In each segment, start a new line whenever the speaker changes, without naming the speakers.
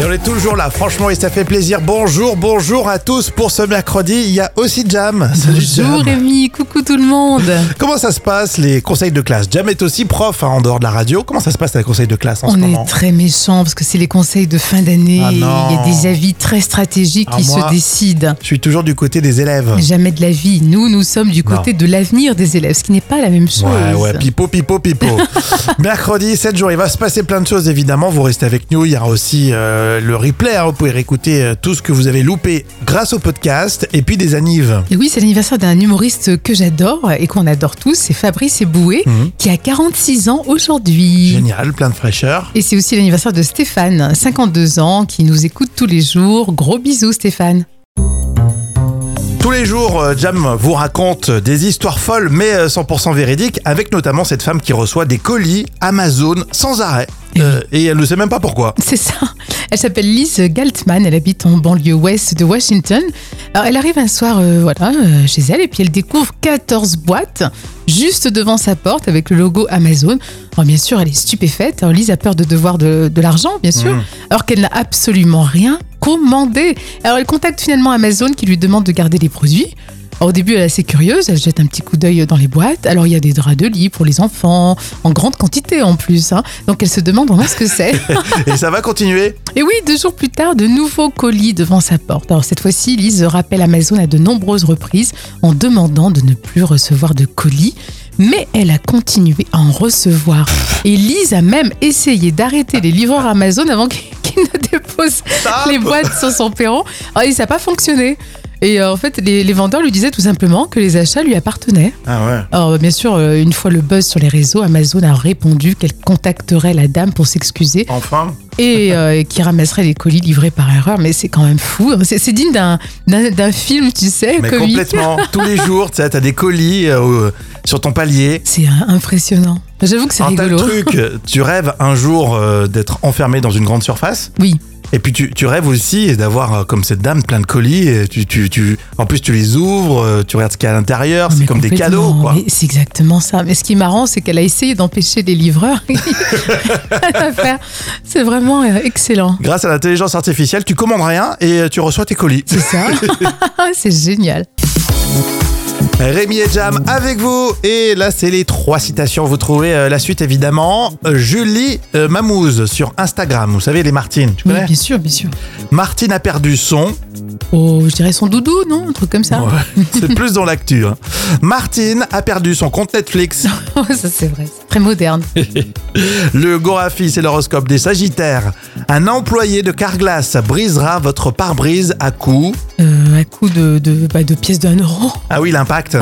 Et on est toujours là, franchement, et ça fait plaisir. Bonjour, bonjour à tous. Pour ce mercredi, il y a aussi Jam. Salut,
Bonjour
Jam.
Rémi, coucou tout le monde.
Comment ça se passe, les conseils de classe Jam est aussi prof hein, en dehors de la radio. Comment ça se passe, les conseils de classe en ce
On
moment
est très méchants parce que c'est les conseils de fin d'année.
Ah
et Il y
non.
a des avis très stratégiques
Ah,
qui
moi-
se décident.
Je suis toujours du côté des élèves.
Jamais de la vie. Nous, nous sommes du côté de l'avenir des élèves, ce qui n'est pas la même chose.
Ouais, ouais, pipo, pipo, pipo. Mercredi, 7 jours, il va se passer plein de choses évidemment. Vous restez avec nous. Il y aura aussi euh, le replay. hein. Vous pouvez réécouter euh, tout ce que vous avez loupé grâce au podcast et puis des anives.
Et oui, c'est l'anniversaire d'un humoriste que j'adore et qu'on adore tous, c'est Fabrice Eboué,
Mhm.
qui a 46 ans aujourd'hui.
Génial, plein de fraîcheur.
Et c'est aussi l'anniversaire de Stéphane, 52 ans, qui nous écoute tous les jours. Gros bisous Stéphane.
Tous les jours, euh, Jam vous raconte des histoires folles mais euh, 100% véridiques, avec notamment cette femme qui reçoit des colis Amazon sans arrêt. Euh, et elle ne sait même pas pourquoi.
C'est ça. Elle s'appelle Lise Galtman. Elle habite en banlieue ouest de Washington. Alors, elle arrive un soir, euh, voilà, euh, chez elle, et puis elle découvre 14 boîtes juste devant sa porte avec le logo Amazon. Alors, bien sûr, elle est stupéfaite. Alors, Lise a peur de devoir de, de l'argent, bien sûr,
Mhm.
alors qu'elle n'a absolument rien commandé. Alors, elle contacte finalement Amazon qui lui demande de garder les produits. Alors, au début, elle est assez curieuse, elle jette un petit coup d'œil dans les boîtes. Alors, il y a des draps de lit pour les enfants, en grande quantité en plus. hein. Donc, elle se demande vraiment ce que c'est.
Et ça va continuer.
Et oui, deux jours plus tard, de nouveaux colis devant sa porte. Alors cette fois-ci, Lise rappelle Amazon à de nombreuses reprises en demandant de ne plus recevoir de colis. Mais elle a continué à en recevoir. Et Lise a même essayé d'arrêter les livreurs Amazon avant qu'ils qu'ils ne déposent
Stop.
les boîtes sur son perron. Ah, Et ça n'a pas fonctionné. Et euh, en fait, les- les vendeurs lui disaient tout simplement que les achats lui appartenaient.
Ah ouais.
Alors, bien sûr, euh, une fois le buzz sur les réseaux, Amazon a répondu qu'elle contacterait la dame pour s'excuser
Enfin.
et euh, qui ramasserait les colis livrés par erreur. Mais c'est quand même fou. C'est c'est digne d'un- d'un d'un film, tu sais,
Mais
comique.
complètement. Tous les jours, tu sais, t'as des colis euh, sur ton palier.
C'est euh, impressionnant. J'avoue que c'est
Un tas de
rigolo.
trucs. euh, Tu rêves un jour euh, d'être enfermé dans une grande surface.
Oui,
Et puis tu, tu rêves aussi d'avoir euh, comme cette dame plein de colis. Et tu, tu, tu, en plus, tu les ouvres, euh, tu regardes ce qu'il y a à l'intérieur.
Non,
C'est
mais
comme des
complètement.
cadeaux, quoi.
Mais C'est exactement ça. Mais ce qui est marrant, c'est qu'elle a essayé d'empêcher les livreurs. à faire. c'est vraiment euh, excellent.
Grâce à l'intelligence artificielle, tu commandes rien et euh, tu reçois tes colis.
C'est ça. c'est génial.
Rémi et Jam avec vous. Et là, c'est les trois citations. Vous trouvez euh, la suite, évidemment. Euh, Julie euh, Mamouze sur Instagram. Vous savez, les Martines. Tu
Oui,
connais
bien sûr, bien sûr.
Martine a perdu son.
Oh, je dirais son doudou, non Un truc comme ça.
Ouais, c'est plus dans l'actu. hein. Martine a perdu son compte Netflix.
ça, c'est vrai. C'est Très moderne.
Le Gorafi, c'est l'horoscope des Sagittaires. Un employé de Carglass brisera votre pare-brise à coup.
Euh, à coup de, de, bah, de pièces d'un euro.
Ah oui, l'impact.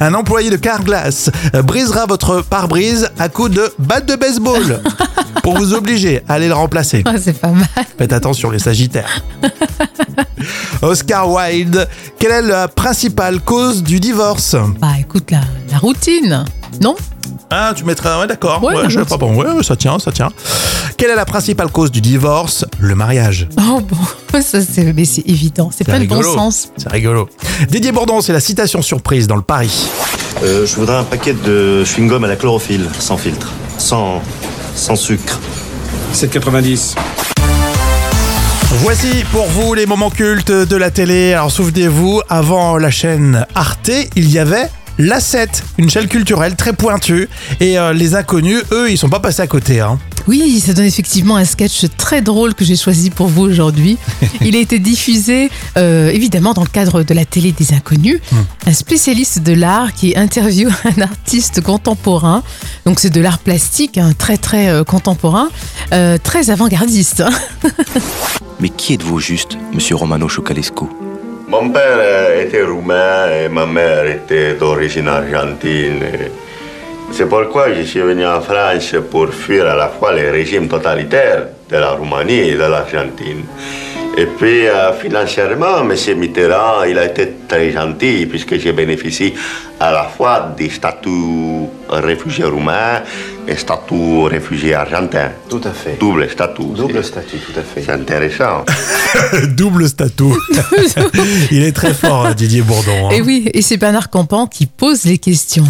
Un employé de Carglass euh, brisera votre pare-brise à coup de batte de baseball. Pour vous obliger à aller le remplacer.
Ah, c'est pas mal.
Faites attention les Sagittaires. Oscar Wilde, quelle est la principale cause du divorce
Bah écoute, la, la routine, non
Ah, tu mettrais. Ouais, d'accord.
Ouais,
Ouais, je sais
d'accord.
pas bon. Ouais, ouais, ça tient, ça tient. Quelle est la principale cause du divorce Le mariage.
Oh bon, ça c'est mais c'est évident, c'est pas le bon
rigolo.
sens.
C'est rigolo. Didier Bourdon, c'est la citation surprise dans le Paris.
Euh, je voudrais un paquet de chewing-gum à la chlorophylle, sans filtre, sans, sans sucre.
7,90.
Voici pour vous les moments cultes de la télé. Alors souvenez-vous, avant la chaîne Arte, il y avait la 7, une chaîne culturelle très pointue. Et euh, les inconnus, eux, ils sont pas passés à côté. Hein.
Oui, ça donne effectivement un sketch très drôle que j'ai choisi pour vous aujourd'hui. Il a été diffusé euh, évidemment dans le cadre de la télé des inconnus. Un spécialiste de l'art qui interviewe un artiste contemporain. Donc c'est de l'art plastique, hein, très très euh, contemporain, euh, très avant-gardiste. hein.
Mais qui êtes-vous au juste, monsieur Romano Chocalesco
Mon père euh, était roumain et ma mère était d'origine argentine. Et C'est pourquoi je suis venu en France pour fuir à la fois les régimes totalitaires de la Roumanie et de l'Argentine. Et puis euh, financièrement, M. Mitterrand, il a été très gentil puisque j'ai bénéficié à la fois des statuts réfugiés roumains et statuts réfugiés argentins.
Tout à fait.
Double statut.
Double
c'est-
statut, tout à fait.
C'est intéressant.
Double statut. il est très fort, hein, Didier Bourdon. hein.
Et oui, et c'est Bernard Campan qui pose les questions.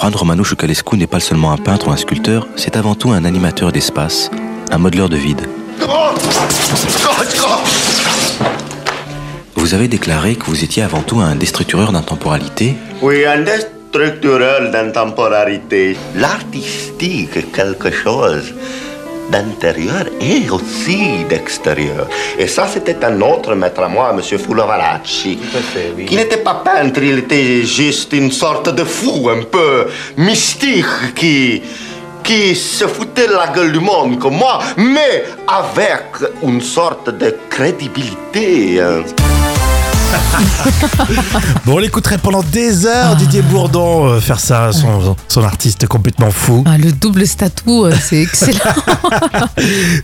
Juan Romano Chocalesco n'est pas seulement un peintre ou un sculpteur, c'est avant tout un animateur d'espace, un modeleur de vide. Vous avez déclaré que vous étiez avant tout un destructureur d'intemporalité.
Oui, un destructureur d'intemporalité. L'artistique est quelque chose d'intérieur et aussi d'extérieur. Et ça, c'était un autre maître à moi, M. Fulovaracci, qui n'était pas peintre, il était juste une sorte de fou, un peu mystique, qui, qui se foutait la gueule du monde comme moi, mais avec une sorte de crédibilité. hein.
Bon, on l'écouterait pendant des heures, Didier Bourdon, euh, faire ça, à son, son artiste complètement fou.
Ah, le double statou, euh, c'est excellent.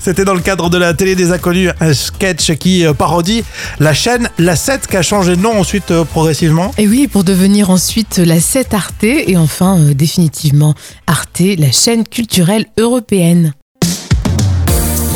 C'était dans le cadre de la télé des inconnus, un sketch qui euh, parodie la chaîne La 7 qui a changé de nom ensuite euh, progressivement.
et oui, pour devenir ensuite la 7 Arte et enfin euh, définitivement Arte, la chaîne culturelle européenne.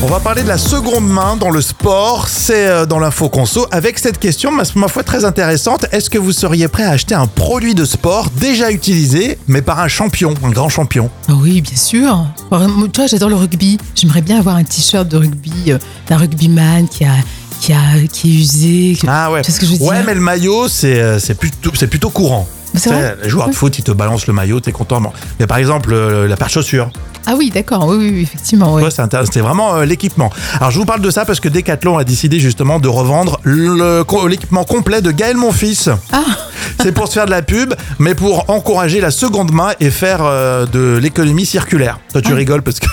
On va parler de la seconde main dans le sport, c'est euh, dans l'info conso, avec cette question, ma ma foi très intéressante, est-ce que vous seriez prêt à acheter un produit de sport déjà utilisé, mais par un champion, un grand champion
Ah oui, bien sûr. Enfin, moi, tu vois, j'adore le rugby. J'aimerais bien avoir un t-shirt de rugby euh, d'un rugbyman qui a qui a qui est usé. que-
Ah ouais.
Tu vois ce que je veux
ouais,
dire
mais le maillot, c'est euh, c'est plutôt, c'est plutôt courant.
C'est
Tu sais,
vrai
Les joueurs de foot, ils te balancent le maillot, t'es content. bon. Mais par exemple, euh, la paire de chaussures,
Ah oui, d'accord. Oui, oui, oui, effectivement. ouais.
Ouais, c'est intér- c'était vraiment euh, l'équipement. Alors je vous parle de ça parce que Decathlon a décidé justement de revendre le co- l'équipement complet de Gaël Monfils.
Ah.
C'est pour se faire de la pub, mais pour encourager la seconde main et faire euh, de l'économie circulaire. Toi,
Ah.
tu rigoles parce que.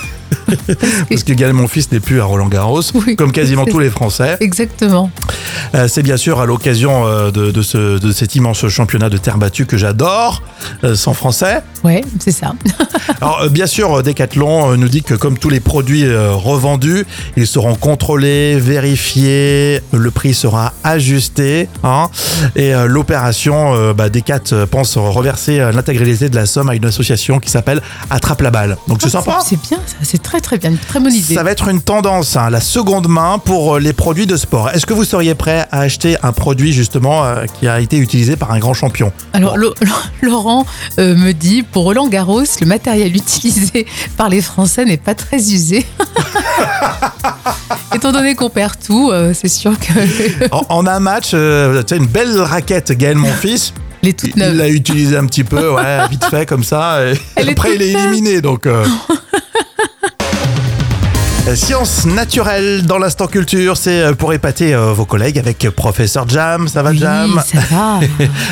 Parce que Gaël Monfils n'est plus à Roland Garros,
Oui.
comme quasiment tous les Français.
Exactement.
Euh, c'est bien sûr à l'occasion euh, de, de ce- de cet immense championnat de terre battue que j'adore, euh, sans français.
Ouais, c'est ça.
Alors, euh, bien sûr, euh, Decathlon euh, nous dit que comme tous les produits euh, revendus, ils seront contrôlés, vérifiés, le prix sera ajusté. hein. et euh, l'opération, euh, bah, Decat euh, pense reverser euh, l'intégralité de la somme à une association qui s'appelle Attrape la balle. Donc c'est sympa.
Ah, C'est bien, ça. C'est très très bien, une très bonne idée.
Ça va être une tendance, hein, la seconde main pour euh, les produits de sport. Est-ce que vous seriez prêt à acheter un produit justement euh, qui a été utilisé par un grand champion
Alors Lo- Lo- Laurent euh, me dit pour Roland Garros, le matériel utilisé par les Français n'est pas très usé. Étant donné qu'on perd tout, euh, c'est sûr que
en, en un match, euh, tu as une belle raquette, Gaël Monfils.
les toutes
Il
neuves.
l'a utilisé un petit peu, ouais, vite fait comme ça. et
Elle est
après, il
toute
est
neuve.
éliminé, donc. euh. La Science naturelle dans l'instant culture, c'est euh, pour épater euh, vos collègues avec professeur Jam. Ça va,
Oui,
Jam
ça va.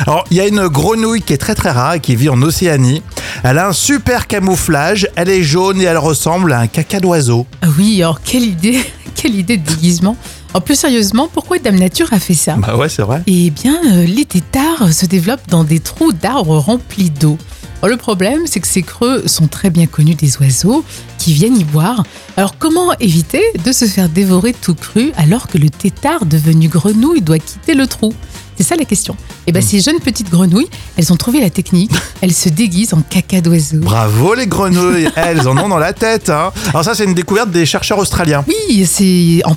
Alors, il y a une grenouille qui est très très rare et qui vit en Océanie. Elle a un super camouflage, elle est jaune et elle ressemble à un caca d'oiseau.
Ah Oui, alors quelle idée, quelle idée de déguisement. En plus sérieusement, pourquoi Dame Nature a fait ça
Bah ouais, c'est vrai.
Eh bien, euh, les têtards se développent dans des trous d'arbres remplis d'eau. Alors, Le problème, c'est que ces creux sont très bien connus des oiseaux qui viennent y boire. Alors comment éviter de se faire dévorer tout cru alors que le tétard devenu grenouille doit quitter le trou C'est ça la question. Eh bien, ces jeunes petites grenouilles, elles ont trouvé la technique. Elles se déguisent en caca d'oiseau.
Bravo les grenouilles, elles en ont dans la tête. hein. Alors ça, c'est une découverte des chercheurs australiens.
Oui, c'est en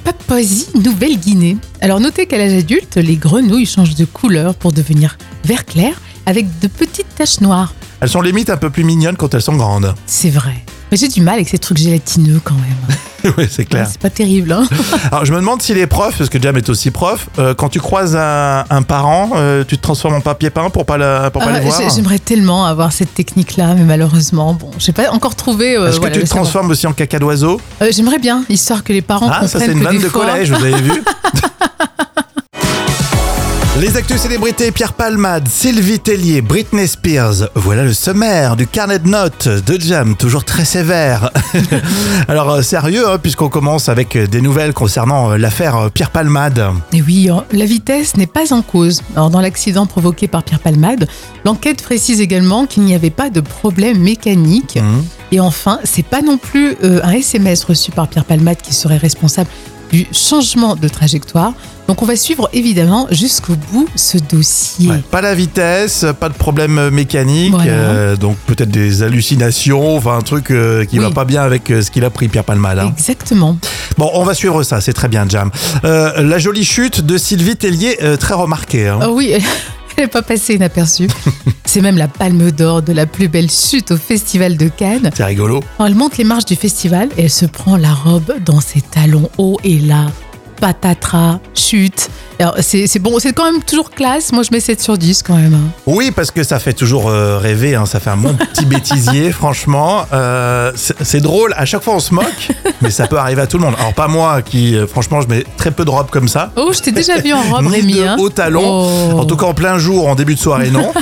Papouasie-Nouvelle-Guinée. Alors notez qu'à l'âge adulte, les grenouilles changent de couleur pour devenir vert clair avec de petites taches noires.
Elles sont limite un peu plus mignonnes quand elles sont grandes.
C'est vrai. Mais j'ai du mal avec ces trucs gélatineux quand même.
oui, c'est clair.
C'est pas terrible, hein
Alors je me demande si les profs, parce que Jam est aussi prof, euh, quand tu croises un, un parent, euh, tu te transformes en papier peint pour pas, la- pour pas
Ah,
les voir.
j'ai-
Est-ce
J'aimerais tellement avoir cette technique-là, mais malheureusement, bon, j'ai pas encore trouvé. euh,
que
voilà,
tu
le
te
savoir.
transformes aussi en caca d'oiseau
Euh, J'aimerais bien, histoire que les parents
Ah, ça
comprennent
c'est une
que
vanne
des
de
fois-
collège, vous avez vu Les actus célébrités, Pierre Palmade, Sylvie Tellier, Britney Spears. Voilà le sommaire du carnet de notes de Jam, toujours très sévère. Alors euh, sérieux, hein, puisqu'on commence avec euh, des nouvelles concernant euh, l'affaire euh, Pierre Palmade.
Et oui, hein, la vitesse n'est pas en cause. Alors, dans l'accident provoqué par Pierre Palmade, l'enquête précise également qu'il n'y avait pas de problème mécanique.
Mhm.
Et enfin, c'est pas non plus euh, un SMS reçu par Pierre Palmade qui serait responsable du changement de trajectoire. Donc, on va suivre évidemment jusqu'au bout ce dossier.
Ouais, Pas la vitesse, pas de problème euh, mécanique,
Voilà.
euh, donc peut-être des hallucinations, enfin un truc euh, qui
Oui.
va pas bien avec euh, ce qu'il a pris Pierre Palmade. hein.
Exactement.
Bon, on va suivre ça, c'est très bien Jam. Euh, la
Oh.
jolie chute de Sylvie Tellier, euh, très remarquée. hein.
Ah oui, elle n'est pas passée inaperçue. C'est même la palme d'or de la plus belle chute au Festival de Cannes.
C'est rigolo.
Quand elle monte les marches du festival, elle se prend la robe dans ses talons hauts et là, patatras, chute. Alors, C'est c'est bon, c'est quand même toujours classe. Moi, je mets 7 sur 10 quand même. hein.
Oui, parce que ça fait toujours euh, rêver, hein, ça fait un bon petit bêtisier, franchement. Euh, c'est c'est drôle, à chaque fois on se moque, mais ça peut arriver à tout le monde. Alors pas moi, qui euh, franchement je mets très peu de robes comme ça.
Oh, je t'ai déjà vu en robe,
Ni
Rémi.
de
hein.
haut talon,
Oh.
en tout cas en plein jour, en début de soirée, non.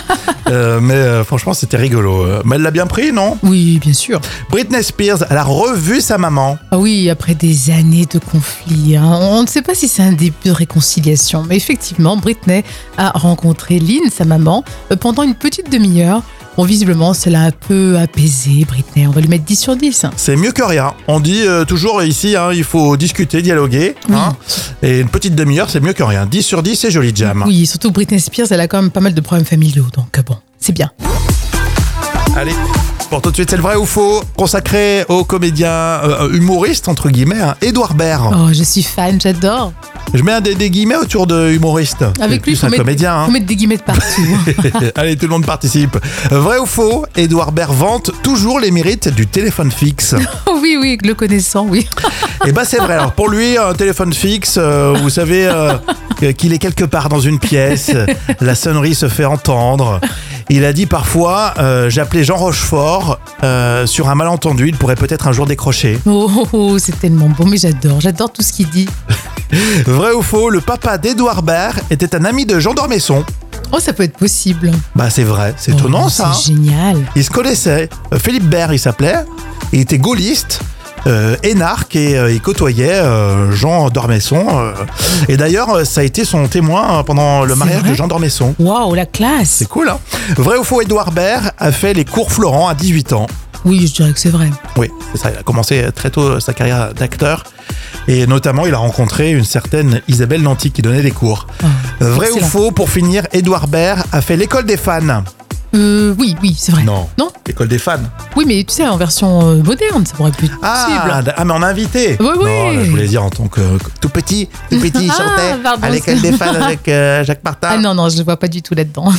Euh, mais euh, franchement c'était rigolo. Euh, Mais elle l'a bien pris, non
Oui, bien sûr.
Britney Spears, elle a revu sa maman.
Ah oui, après des années de conflits, hein, on ne sait pas si c'est un début de réconciliation, mais effectivement, Britney a rencontré Lynn, sa maman, euh, pendant une petite demi-heure. Bon, visiblement, cela a un peu apaisé Britney. On va lui mettre 10 sur 10. hein.
C'est mieux que rien. On dit euh, toujours ici, hein, il faut discuter, dialoguer. hein. et une petite demi-heure, c'est mieux que rien. 10 sur 10, c'est joli, Jam.
Oui, surtout Britney Spears, elle a quand même pas mal de problèmes familiaux, donc euh, bon, c'est bien.
Allez, pour tout de suite, c'est le vrai ou faux, consacré au comédien euh, humoriste, entre guillemets, hein, Edouard Baird.
Oh, je suis fan, j'adore.
Je mets un des, des guillemets autour de humoriste.
Avec
C'est
lui,
plus un
mettre,
comédien. hein.
faut mettre des guillemets de partout.
Allez, tout le monde participe. Vrai ou faux, Edouard Baird vante toujours les mérites du téléphone fixe.
Oh oui, oui, le connaissant, oui.
Eh ben c'est vrai. Alors pour lui, un téléphone fixe, euh, vous savez euh, euh, qu'il est quelque part dans une pièce. La sonnerie se fait entendre. Il a dit parfois, euh, j'appelais Jean Rochefort euh, sur un malentendu. Il pourrait peut-être un jour décrocher.
Oh, oh, oh, c'est tellement bon, mais j'adore, j'adore tout ce qu'il dit.
Vrai ou faux Le papa d'Edouard Baird était un ami de Jean d'Ormesson.
Oh, ça peut être possible.
Bah c'est vrai. C'est étonnant
Oh,
ça. hein.
C'est génial.
Ils se connaissaient. Euh, Philippe Baird, il s'appelait. Il était gaulliste. Euh, énarque et euh, il côtoyait euh, Jean d'Ormesson. euh. Et d'ailleurs, euh, ça a été son témoin euh, pendant le
C'est
mariage
vrai
de Jean d'Ormesson.
Waouh, la classe
C'est cool, hein Vrai ou faux, Édouard Baird a fait les cours Florent à 18 ans.
Oui, je dirais que c'est vrai.
Oui, c'est ça, il a commencé très tôt euh, sa carrière d'acteur. Et notamment, il a rencontré une certaine Isabelle Nanty qui donnait des cours. Euh,
Ah,
Vrai
excellent.
ou faux, pour finir, Édouard Baird a fait l'école des fans.
Euh, oui, oui, c'est vrai.
Non.
Non
L'école des fans
Oui, mais tu sais, en version euh, moderne, ça pourrait plus être
Ah,
possible.
ah, mais en invité
Oui, oui.
Non, là, je voulais dire en tant que tout petit, tout petit, il
Ah,
chantait
pardon,
à l'école
c'est-
des fans avec euh, Jacques Martin.
Ah non, non, je ne vois pas du tout là-dedans.